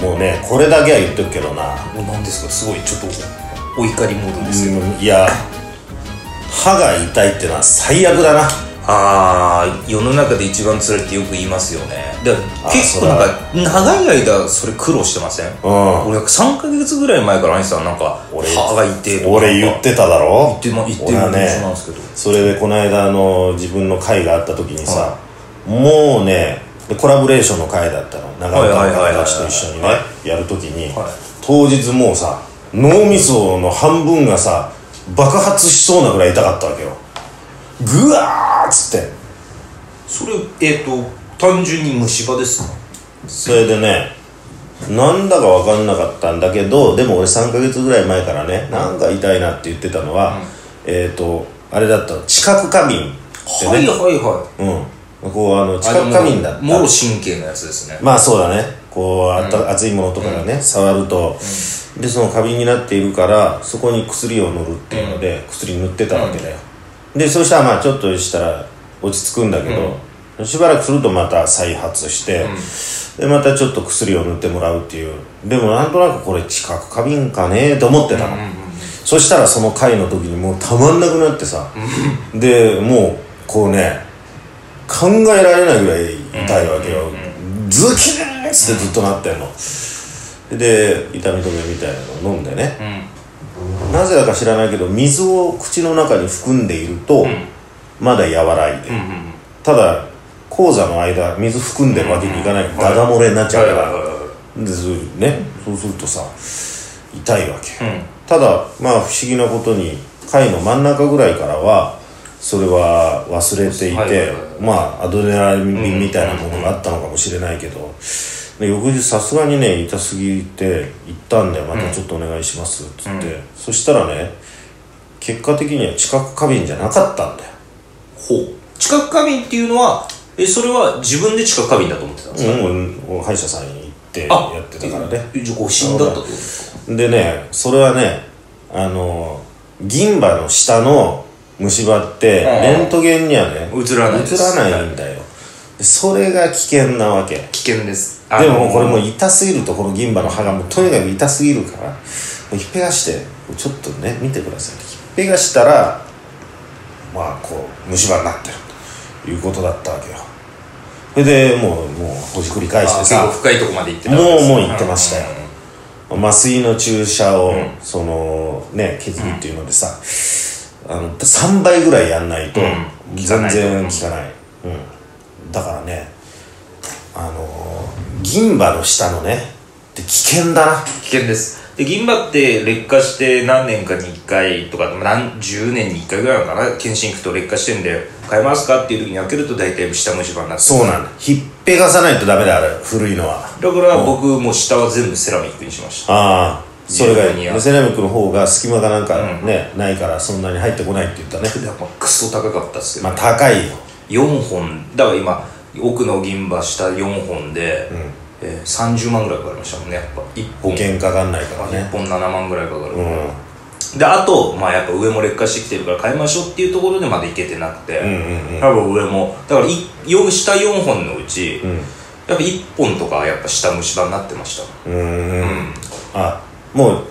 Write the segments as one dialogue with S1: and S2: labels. S1: もうねこれだけは言っとくけどな
S2: もう何ですかすごいちょっとお怒りモードですけど、
S1: うんいや歯が痛いってのは最悪だな
S2: ああ世の中で一番辛いってよく言いますよねで
S1: あ
S2: 結構なんか長い間それ苦労してません
S1: うん
S2: 俺なんか3ヶ月ぐらい前から兄さんなんか
S1: 俺
S2: 歯が痛いとか
S1: 俺言ってただろ
S2: 言ってま言って
S1: 俺は
S2: も
S1: ね
S2: 一緒なんですけど、
S1: それでこの間あの自分の会があった時にさ、もうねでコラボレーションの会だったの長岡
S2: はい
S1: の
S2: はいはいはい
S1: 友達と一緒にね
S2: は
S1: やる時に、
S2: はい
S1: 当日もうさ脳みその半分がさ爆発しそうなぐらい痛かったわけよぐわーっつって
S2: それえっ、と単純に虫歯ですか
S1: それでねなんだか分かんなかったんだけどでも俺3ヶ月ぐらい前からねなんか痛いなって言ってたのは、えっ、とあれだったの知覚過敏ってね、
S2: はいはいはい
S1: うん、こうあの知
S2: あでも
S1: 覚過敏だった
S2: もろ神経のやつですね
S1: まあそうだねこうあった、熱いものとかがね、触ると、でその過敏になっているからそこに薬を塗るっていうので、薬塗ってたわけだよ、でそうしたらまあちょっとしたら落ち着くんだけど、しばらくするとまた再発して、でまたちょっと薬を塗ってもらうっていうでもなんとなくこれ知覚過敏かねと思ってたの、そしたらその回の時にもうたまんなくなってさでもうこうね考えられないぐらい痛いわけよ、ズキーンっつってずっとなってんので痛み止めみたいなのを飲んでね、なぜだか知らないけど水を口の中に含んでいると、まだ和らいで、ただ口座の間水含んでるわけにいかない、ダダ漏れになっちゃうから、でそうねそうするとさ痛いわけ、ただまあ不思議なことに回の真ん中ぐらいからはそれは忘れていて、
S2: はいはいはい
S1: まあアドレナリンみたいなものがあったのかもしれないけど、で翌日さすがにね痛すぎて行ったんでまたちょっとお願いしますっつって、そしたらね結果的には知覚過敏じゃなかったんだよ
S2: ほう知覚過敏っていうのはえそれは自分で知覚過敏だと思ってたんですか、
S1: うん、お歯医者さんに行ってやってたからね
S2: えじゃあ誤診だったってことですか
S1: でねそれはねあの銀歯の下の虫歯ってレントゲンにはね
S2: 映らないです
S1: 映らないんだよでそれが危険なわけで
S2: 危険です
S1: ももうこれもう痛すぎるとこの銀歯の歯がもうとにかく痛すぎるからもうひっぺがしてちょっとね見てくださいひっぺがしたらまあこう虫歯になってるということだったわけよそれでもうもうほじくり返して
S2: 結
S1: さ
S2: 構深いとこまで行ってた
S1: もう
S2: わけですね
S1: もう行ってましたよ麻酔の注射を、そのね削るっていうのでさ、あの3倍ぐらいやんないと
S2: う
S1: 全
S2: ん効かない
S1: 然効かない、うんだからねあのー銀歯の下のねって危険だな
S2: 危険ですで銀歯って劣化して何年かに1回とかまあ何十年に1回ぐらいなのかな検診行くと劣化してんで変えますかっていう時に開けると大体下虫歯になって
S1: そうなんだひっぺがさないとダメだあれ古いのは
S2: だから僕もう下は全部セラミックにしました
S1: ああそれ
S2: い
S1: が
S2: や
S1: セラミックの方が隙間がなんかね、ないからそんなに入ってこないって言ったね
S2: やっぱクソ高かったっすけど
S1: まあ高いよ
S2: 4本だから今奥の銀歯下4本で、えー30万ぐらいかかりましたもんねやっぱ1
S1: 保
S2: 本
S1: 険かかんないから
S2: 1
S1: ね
S2: 本7万ぐらいかかる、
S1: うん
S2: であと、まあ、やっぱ上も劣化してきてるから変えましょうっていうところでまでいけてなくて、多分上もだからいよ下4本のうち、やっぱ1本とかやっぱ下虫歯になってました
S1: あもう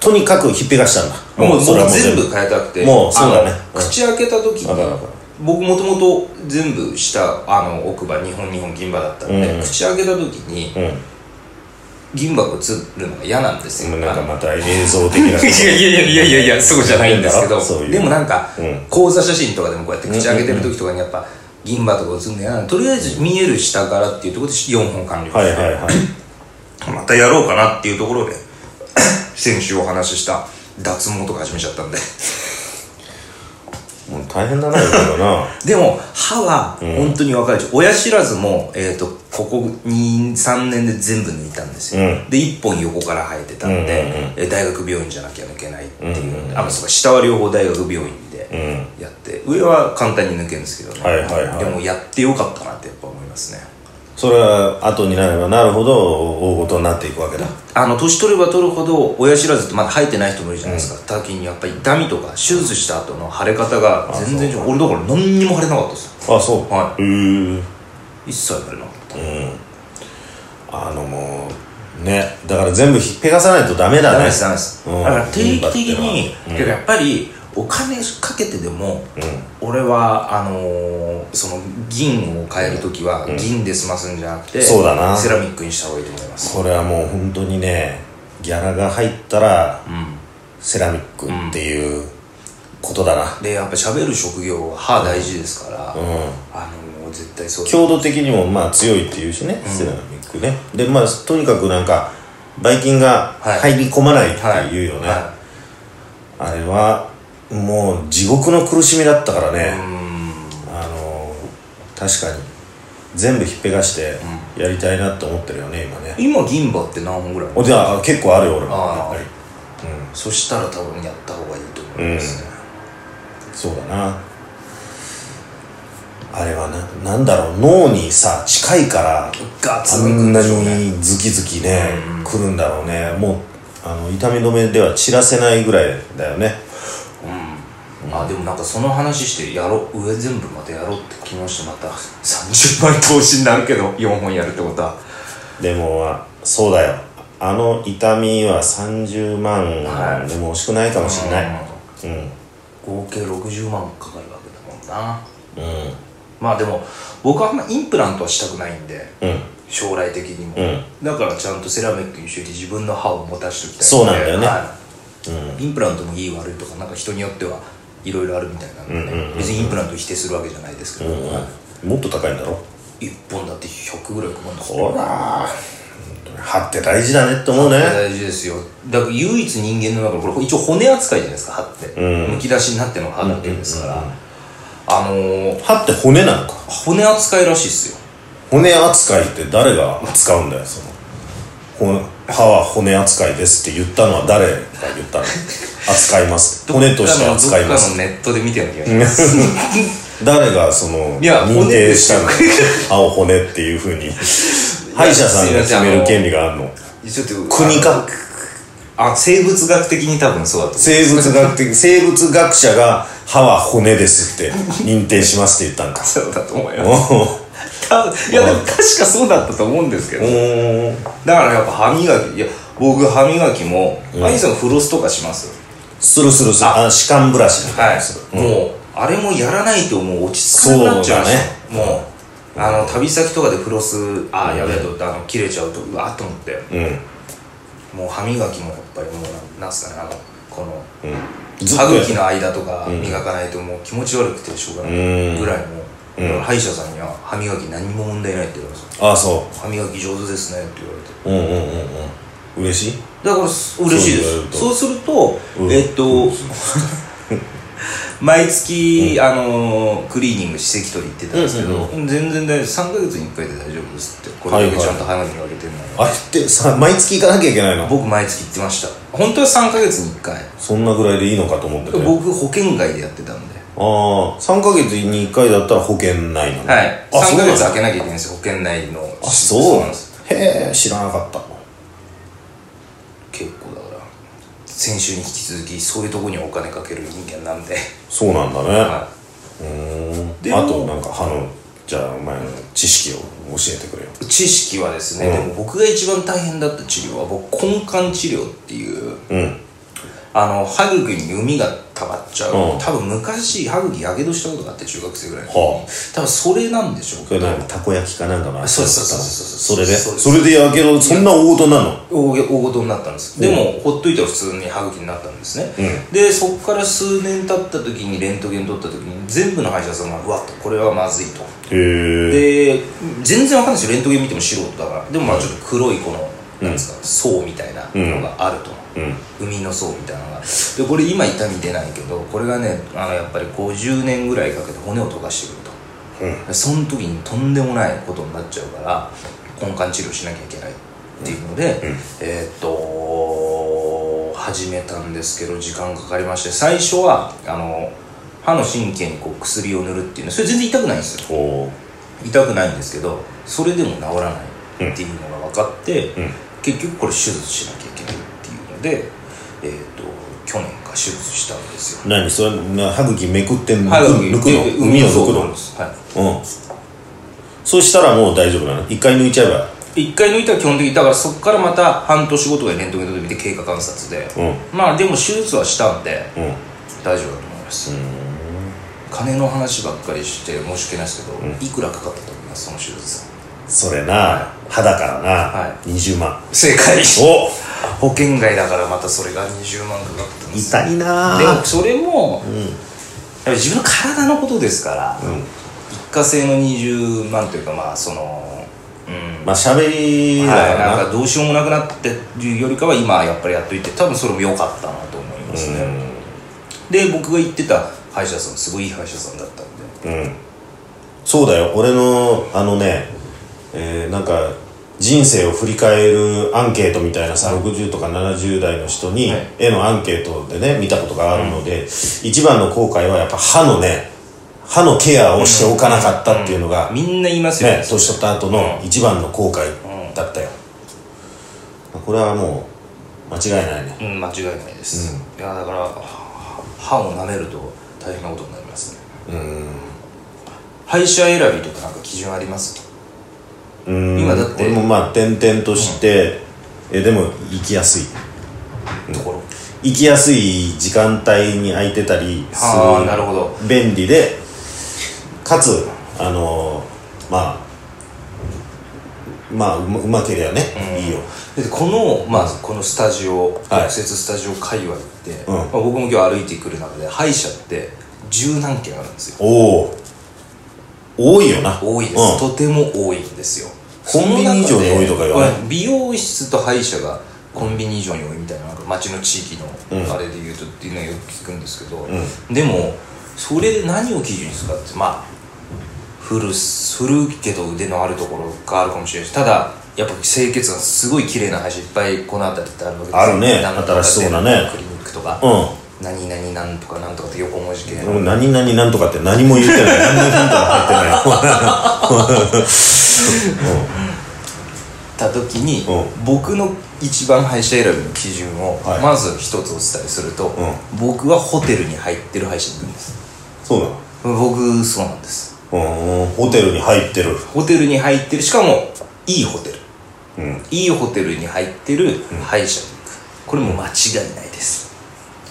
S1: とにかくひっぺがしたんだ
S2: もう僕
S1: それは
S2: 全
S1: 部
S2: 部変えたくて
S1: もうそうだね
S2: あの口開けた時
S1: わかるわか
S2: に
S1: る
S2: 僕もともと全部下あの奥歯2本2本銀歯だったので、
S1: うん
S2: 口開けた時に
S1: うん
S2: 銀歯が映るのが嫌なんですよ、
S1: なん
S2: あ
S1: か
S2: の
S1: また映像的
S2: いや
S1: ない
S2: やいやいやいやいやそうじゃないんですけど
S1: そういう
S2: でもなんか、
S1: うん
S2: 講座写真とかでもこうやって口開けてる時とかにやっぱ銀歯とか映るの嫌なのとりあえず見える下からっていうところで4本完了して、
S1: はいはいはい
S2: またやろうかなっていうところで先週お話しした脱毛とか始めちゃったんで
S1: もう大変だな今のな
S2: でも歯は本当に分かるし、親知らずも、えー、とここ23年で全部抜いたんですよ、
S1: う
S2: で1本横から生えてたんで、えー大学病院じゃなきゃ抜けないっていうので、あそうか下は両方大学病院でやって、上は簡単に抜けるんですけどね、
S1: はいはいはい
S2: でもやってよかったなってやっぱ思いますね
S1: それは後になればなるほど大事になっていくわけだ
S2: あの年取れば取るほど親知らずってまだ生えてない人もいるじゃないですか、時にやっぱり痛みとか手術した後の腫れ方が全然違う俺だから何にも腫れなかったですよ
S1: あそう
S2: は
S1: へえ
S2: 一切腫れなかった
S1: あのもうねだから全部ひっぺがさないとダメだ
S2: ダ
S1: ね
S2: メですダメです、
S1: うん
S2: だから定期的に、
S1: うん
S2: けどやっぱりお金かけてでも、俺はあのーその銀を買える時は銀で済ますんじゃなくて、
S1: そうだな
S2: セラミックにした方がいいと思います
S1: これはもう本当にねギャラが入ったらセラミックっていうことだな
S2: でやっぱ喋る職業は歯大事ですから、
S1: うん、
S2: あのー絶対そう
S1: 強度的にもまあ強いっていうしね、セラミックねでまあとにかくなんかばい菌が
S2: はい
S1: 入り込まないっていうよね、
S2: は
S1: あれはもう地獄の苦しみだったから
S2: い、う
S1: ね、
S2: ん
S1: あの確かに全部ひっぺがしてやりたいなって思ってるよね今ね、
S2: 今銀歯って何本ぐらいある
S1: おじゃあ結構あるよ俺も
S2: あー
S1: やっぱり
S2: そしたら多分やった方がいいと思いますね、
S1: そうだなあれはななんだろう脳にさ近いから
S2: ガツ
S1: あ
S2: ンくん
S1: んな
S2: でしょうね
S1: にズキズキね、来るんだろうねもうあの痛み止めでは散らせないぐらいだよね
S2: あでもなんかその話してやろう上全部またやろうって気ましてまた30倍投資になるけど4本やるってことは
S1: でもあそうだよあの痛みは30万でも惜しくないかもしれない、うん
S2: 合計60万かかるわけだもんな
S1: うん
S2: まあでも僕はあんまインプラントはしたくないんで
S1: うん
S2: 将来的にも、
S1: うん
S2: だからちゃんとセラミックにしといて自分の歯を持たしときたいで
S1: そうなんだよね
S2: はいインプラントのいい悪いとかなんか人によってはいろいろあるみたいなんでね、別にインプラントを否定するわけじゃないですけど、
S1: うんもっと高いんだろ
S2: 1本だって100ぐらいかかるんですよ
S1: ほら歯って大事だねって思うね
S2: 大事ですよだから唯一人間の中でこれ一応骨扱いじゃないですか歯って、むき出しになっての歯っていうんですから、あのー、
S1: 歯って骨なのか
S2: 骨扱いらしいっすよ
S1: 骨扱いって誰が使うんだよそのほ歯は骨扱いですって言ったのは誰が言 ったの扱います骨として扱いま
S2: どっ
S1: す
S2: かのネットで見てる気がします
S1: 誰がその
S2: いや
S1: 認定したの
S2: 骨
S1: 歯を骨っていうふうに歯医者さんが決める権利があるの
S2: ちょっと
S1: 国か
S2: あ生物学的に多分そうだと思う
S1: 生物学的生物学者が歯は骨ですって認定しますって言った んか
S2: そうだと思います
S1: お う
S2: 多分いやでも確かそうだったと思うんですけど、
S1: うん
S2: だからやっぱ歯磨きいや僕歯磨きも、アイさんフロスとかします
S1: するするするあ歯間ブラシ
S2: はい、
S1: うん
S2: もうあれもやらないともう落ち着かなくなっちゃうねもうあの旅先とかでフロスああやべえと思ってあの切れちゃうとうわーっと思って
S1: うん
S2: もう歯磨きもやっぱりもうなんすかねあのこの
S1: うんずっ
S2: 歯
S1: とや
S2: 茎の間とか磨かないともう気持ち悪くてしょうがないぐらいもうだから歯医者さんには歯磨き何も問題ないって言われました
S1: ああそ
S2: 歯磨き上手ですねって言われて
S1: ううんうんうんうん嬉しい
S2: だからす嬉しいで
S1: そう言われると
S2: すそうすると、
S1: うん
S2: えっと 毎月、あのークリーニング歯石取り行ってたんですけど、全然大丈夫3ヶ月に1回で大丈夫ですってこれだけちゃんと歯磨きに分けてるのに、
S1: あれってさ毎月行かなきゃいけないの
S2: 僕毎月行ってました本当は3ヶ月に1回
S1: そんなぐらいでいいのかと思っててあ
S2: 僕保険外でやってたんで
S1: あ3ヶ月に1回だったら保険ないの
S2: はい
S1: あ
S2: 3ヶ月
S1: そうな
S2: 空
S1: の
S2: けなきゃいけないんですよ保険内の
S1: あそう
S2: な
S1: なんん
S2: で
S1: ですすへえ知らなかった
S2: 結構だから先週に引き続きそういうとこにお金かける人間なん で、
S1: そうなんだね、
S2: は
S1: うー
S2: で
S1: ん
S2: も
S1: あとなんか歯のじゃあお前の知識を教えてくれよ
S2: い、知識はですね、でも僕が一番大変だった治療は僕根幹治療っていう
S1: うん
S2: あの歯茎に膿が溜まっちゃう、
S1: うん
S2: 多分昔歯茎やけどしたことがあって中学生ぐらいの時に、
S1: は
S2: 多分それなんでしょう
S1: それなんかたこ焼きかなんかの味
S2: そうそうそうそ
S1: そ
S2: う
S1: れで
S2: そうです
S1: それでやけどそんな大事なの
S2: 大大事になったんですでも、ほっといたら普通に歯茎になったんですね、でそこから数年経った時にレントゲン取った時に全部の歯医者さんがうわっとこれはまずいと
S1: へえ
S2: で全然わかんないですよレントゲン見ても素人だからでもまあちょっと黒いこの、なんですか層みたいなのがあると、
S1: うん
S2: 海の層みたいなのがでこれ今痛み出ないけどこれがねあのやっぱり50年ぐらいかけて骨を溶かしてくると、その時にとんでもないことになっちゃうから根幹治療しなきゃいけないっていうので、えーっと始めたんですけど時間かかりまして最初はあの歯の神経にこう薬を塗るっていうのそれ全然痛くないんですよ
S1: おー
S2: 痛くないんですけどそれでも治らないっていうのが分かって、
S1: ん
S2: 結局これ手術しなきゃいけないっていうので、えー、と去年か手術したんですよ
S1: 何それな歯茎めくって抜く
S2: 歯が
S1: 抜くの海を抜くの
S2: です、はい、
S1: うんそうしたらもう大丈夫なの一回抜いちゃえば
S2: 1回抜いたら基本的にだからそこからまた半年後とかにレントゲンとか見て経過観察で、
S1: うん
S2: まあでも手術はしたんで
S1: うん
S2: 大丈夫だと思います金の話ばっかりして申し訳ないですけど、いくらかかったと思いますその手術
S1: それな肌からな、
S2: は
S1: 20万
S2: 正解
S1: お
S2: 保険外だからまたそれが20万かかったんですよ
S1: 痛いな
S2: でもそれも、やっぱり自分の体のことですから、一過性の20万というかまあそのうん
S1: まあ喋りだ
S2: はい、
S1: からな、
S2: なんかどうしようもなくなってるよりかは今やっぱりやっといて多分それも良かったなと思いますね、で僕が行ってた歯医者さんすごいいい歯医者さんだったんで
S1: そうだよ俺のあのね、えーなんか人生を振り返るアンケートみたいなさ、60とか70代の人に
S2: はい
S1: 絵のアンケートでね見たことがあるので、一番の後悔はやっぱ歯のね歯のケアをしておかなかったっていうのが、
S2: みんな言いますよね
S1: ね、年取った後の一番の後悔だったよ、これはもう間違いないね
S2: うん間違いないです、いやだからは歯を舐めると大変なことになりますね歯医者選びとかなんか基準あります
S1: うん
S2: 今だって
S1: 俺もまあ転々として、えでも行きやすい
S2: ところ、
S1: 行きやすい時間帯に空いてたりす
S2: ああなるほど
S1: る便利でかつあのまあまあうまうまけりゃね、いいよ
S2: でこの,、まあ、このスタジオ特設スタジオ界隈って、
S1: ん
S2: まあ、僕も今日歩いてくる中で歯医者って十何件あるんですよ
S1: おお多いよな
S2: 多いです、
S1: うん
S2: とても多いんですよ
S1: コンビニ以上に多いとか言わない
S2: その中で美容室と歯医者がコンビニ以上に多いみたいななんか町の地域のあれで言うとっていうのはよく聞くんですけど、でもそれで何を基準にするかってまあ古す古いけど腕のあるところがあるかもしれないしただやっぱ清潔がすごい綺麗な歯医者いっぱいこの辺りってあるわけですよ
S1: あるね
S2: なんとか
S1: 新しそうなね
S2: クリニックとか、
S1: うん
S2: 何々なんとかなんとかって横文字系の、
S1: 俺も何々なんとかって何も言ってない何々なんとか入ってない
S2: った時に、
S1: う
S2: 僕の一番歯医者選びの基準を、
S1: はい
S2: まず一つお伝えすると、
S1: う
S2: 僕はホテルに入ってる歯医者に行くんです
S1: そうなの
S2: 僕そうなんです
S1: うんホテルに入ってる
S2: ホテルに入ってるしかもいいホテル
S1: うん
S2: いいホテルに入ってる歯医者に行くこれもう間違いないです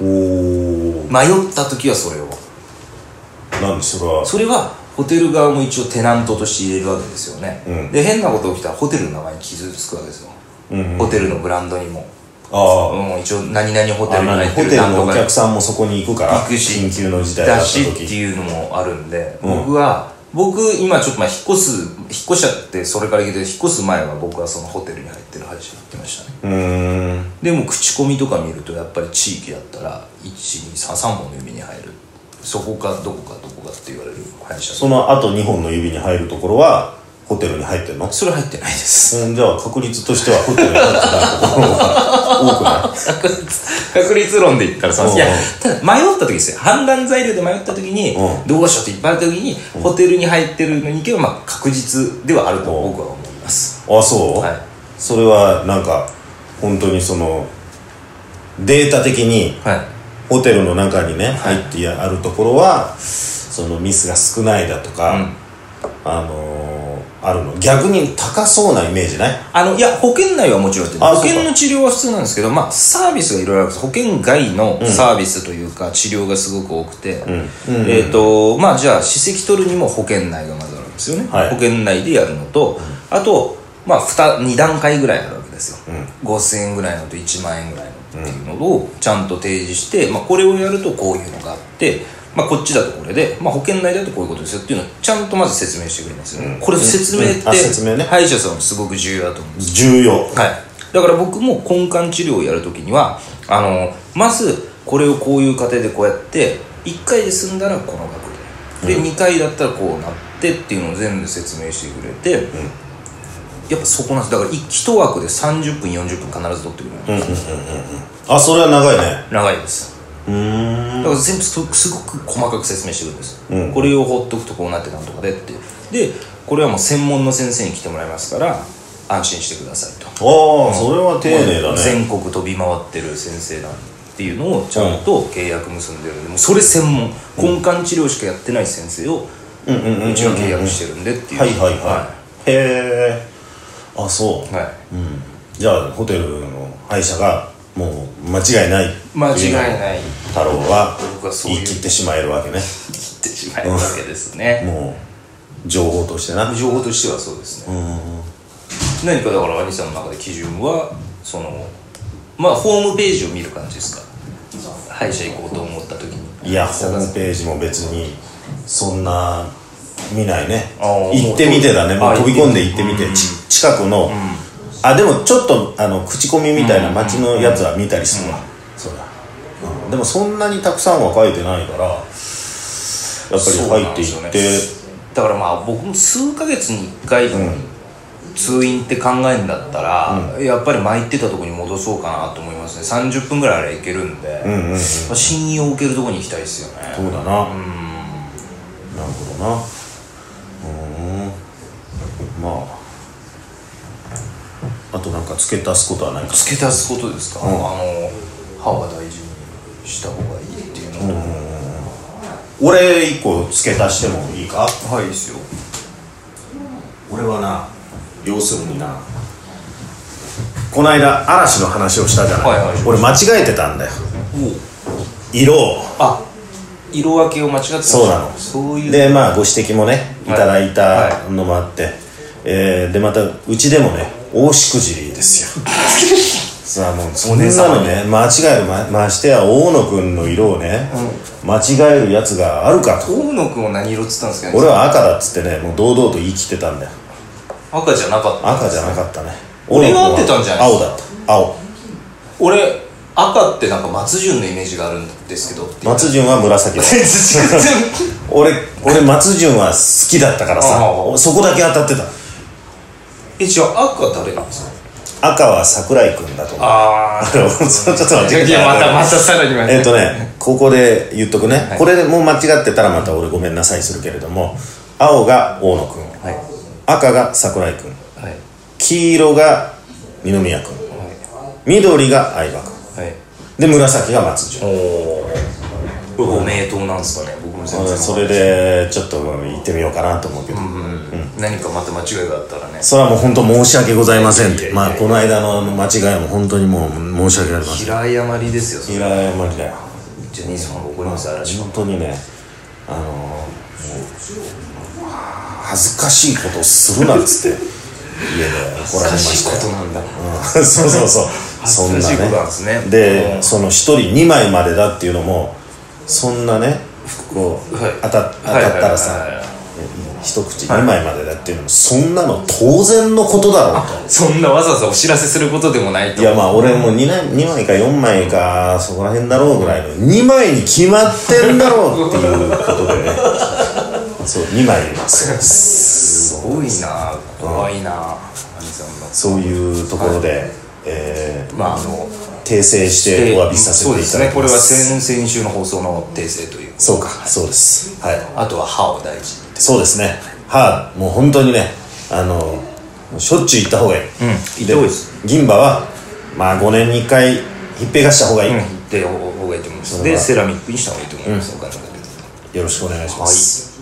S1: おお
S2: 迷った時はそれを
S1: なんでそれは
S2: それはホテル側も一応テナントとして入れるわけですよね、
S1: うん
S2: で変なこと起きたらホテルの名前に傷つくわけです
S1: う
S2: よ、
S1: んうん
S2: ホテルのブランドにも、
S1: あ
S2: うん、一応何々ホ
S1: あ
S2: テルに
S1: あ
S2: 入
S1: 何
S2: って
S1: ホ
S2: る
S1: テルの
S2: なんと
S1: お
S2: かに
S1: 客さんもそこに行くから
S2: 行くし
S1: 緊急の事態だ
S2: だ
S1: った
S2: しって
S1: 時
S2: いうのもあるんで、
S1: うん
S2: 僕は僕今ちょっとまあ引っ越す引っ越しちゃってそれから言うと引っ越す前は僕はそのホテルに入ってる歯医者に行ってましたね
S1: うーん
S2: でも口コミとか見るとやっぱり地域だったら1233本の指に入るそこかどこかどこかって言われる歯医者そ
S1: そのあと2本の指に入るところはホテルに入ってるの
S2: それ入ってないです
S1: うんじゃあ確率としてはホテルに入ってないところが多くない
S2: 確率確率論で言ったらさ
S1: うん
S2: いやただ迷った時ですよ判断材料で迷った時に
S1: う
S2: どうしようっていっぱいある時にホテルに入ってるのに行けばまあ確実ではあると僕は思います
S1: あそう、
S2: はい
S1: それはなんか本当にそのデータ的に
S2: はい
S1: ホテルの中にね入ってやあるところはそのミスが少ないだとか、
S2: うん
S1: あのーあるの逆に高そうなイメージない
S2: あの、いや、保険内はもちろんやってる
S1: あ
S2: 保
S1: そう
S2: 険
S1: か
S2: の治療は普通なんですけど、まあ、サービスがいろいろあるんです。保険外のサービスというか、治療がすごく多くて、えっ、と、まあ、じゃあ、歯石取るにも保険内がまずあるんですよね。
S1: はい
S2: 保険内でやるのと、あと、まあ、2、二段階ぐらいあるわけですよ。5000円ぐらいのと1万円ぐらいのっていうのをちゃんと提示して、まあ、これをやるとこういうのがあって、まあ、こっちだとこれで、まあ、保険内だとこういうことですよっていうのをちゃんとまず説明してくれますよね。これ説明っ
S1: うんあ
S2: て、
S1: 説明ね
S2: 歯医者さんもすごく重要だと思うんです
S1: 重要
S2: はい、だから僕も根幹治療をやるときにはあのまずこれをこういう過程でこうやって1回で済んだらこの額でで、2回だったらこうなってっていうのを全部説明してくれて、やっぱそこなんですだから1枠で30分40分必ず取ってくれる、
S1: あそれは長いね
S2: 長いです
S1: うーん
S2: だから全部すすごく細かく説明してくるんです、これをほっとくとこうなってなんとかでってでこれはもう専門の先生に来てもらいますから安心してくださいと
S1: ああそれは丁寧だね
S2: 全国飛び回ってる先生だっていうのをちゃんと契約結んでるんで、もうそれ専門根幹治療しかやってない先生をうちは契約してるんでっていう
S1: はいはいはい、へえあそう、
S2: はい
S1: うん、じゃあホテルの歯医者がもう間違いない
S2: 間違い
S1: い
S2: ない
S1: 太郎は
S2: 僕はそうい
S1: 言
S2: う
S1: い切ってしまえるわけね
S2: 切ってしまうわけですね
S1: もう情報としてな
S2: 情報としてはそうですね何かだから兄さんの中で基準はそのまあホームページを見る感じですか歯医者行こうと思った時に
S1: いやホ
S2: 探
S1: ー
S2: す
S1: ムページも別にそんな見ないね
S2: あー
S1: 行ってみてだねも
S2: もう
S1: う
S2: 飛
S1: 飛
S2: び
S1: び
S2: 込
S1: 込
S2: ん
S1: ん
S2: で
S1: で
S2: 行
S1: 行
S2: っ
S1: ってて
S2: み
S1: み
S2: て
S1: て、ち近くの、あでもちょっとあの口コミみたいな街のやつは見たりするわ、そうだ、うんでもそんなにたくさんは書いてないからやっぱり
S2: そう
S1: 入
S2: な
S1: っ
S2: ん
S1: て
S2: で
S1: い
S2: すよ
S1: っ
S2: ね
S1: て、
S2: だからまあ僕も数ヶ月に1回通院って考えるんだったら、やっぱり前行ってたとこに戻そうかなと思いますね30分ぐらいあれ行けるんで、
S1: うんうんうん
S2: まあ信用を受けるとこに行きたいですよ
S1: そう
S2: ね
S1: だな、なるほどなうーんまああとなんか付け足すことはないか
S2: 付け足すことですか、
S1: ん
S2: あの歯は大事にした方がいいっていうのと、
S1: 俺一個付け足してもいいか
S2: はいいいですよ
S1: 俺はな要するになこの間嵐の話をしたじゃない、
S2: はいはい
S1: 俺間違えてたんだよ
S2: おう
S1: 色を
S2: あ色分けを間違ってました
S1: そうなの
S2: そういう
S1: でまあご指摘もねい
S2: はい
S1: ただいたのもあって、えーでまたうちでもね大しくじりです よさあもうそんな
S2: 姉様
S1: のね間違えるまましてや大野くんの色をね、間違えるやつがあるかと
S2: 大野くんは何色っつったんですかね
S1: 俺は赤だっつってねもう堂々と言い切ってたんだよ
S2: 赤じゃなかった
S1: 赤じゃなかったね
S2: 俺が合ってたんじゃない
S1: 青だった青
S2: 俺赤ってなんか松潤のイメージがあるんですけどって
S1: 松潤は紫だ
S2: 全然違う
S1: 俺俺松潤は好きだったからさ
S2: ああ
S1: そこだけ当たってた
S2: えじゃあ赤誰なん ですか
S1: 赤は桜井君だと思う
S2: あ
S1: ちょっと
S2: あ
S1: 待ってくださ
S2: また
S1: い
S2: またさらにまた
S1: えっ、とねここで言っとくね、
S2: い
S1: これでもう間違ってたらまた俺ごめんなさいするけれども青が大野君
S2: はい
S1: 赤が桜井君
S2: はい
S1: 黄色が二宮君緑が相葉君
S2: はいはい
S1: で紫が松潤
S2: おおこれご名答なんですかね僕も全然
S1: それでちょっと行ってみようかなと思うけど、
S2: 何かまた間違いがあったらね
S1: それはもう本当申し訳ございませんっ
S2: いや
S1: て
S2: いやいや
S1: まあこの間の間違いも本当にもう申し訳ありません
S2: 平誤りですよそれ
S1: 平謝りだよ
S2: ジャニーズファンが怒りますよ嵐は
S1: 本当にねあのーもう恥ずかしいことをするなっつって家で怒られましたよ
S2: 恥ずかしいことなんだ
S1: うんそうそうそうそん
S2: 恥
S1: なね
S2: ずかしいことなんですね
S1: で
S2: うん
S1: その1人2枚までだっていうのもそんなねこう
S2: はい
S1: 当た当たったらさ
S2: はいはいはいはい
S1: 一口2枚までだっていうのもそんなの当然のことだろうと
S2: そんなわざわざお知らせすることでもないと
S1: いやまあ俺も 2, 枚2枚か4枚かそこら辺だろうぐらいの2枚に決まってんだろうっていうことでねそう2枚そう
S2: すごいな怖いな兄さんの
S1: そういうところで、え
S2: まああの
S1: ー訂正してお詫びさせていただきます
S2: そうですねこれは先々週の放送の訂正という
S1: そうかそうですはい
S2: あとは歯を大事
S1: そうですねはいもう本当にねあのもうしょっちゅう行った方がいい、
S2: うん行った方がいいです
S1: 銀馬はまあ5年に1回ひっぺがした方がいい、
S2: に行ってほうがいいと思いますでセラミックにした方がいいと思います、お金かけて
S1: よろしくお願いします、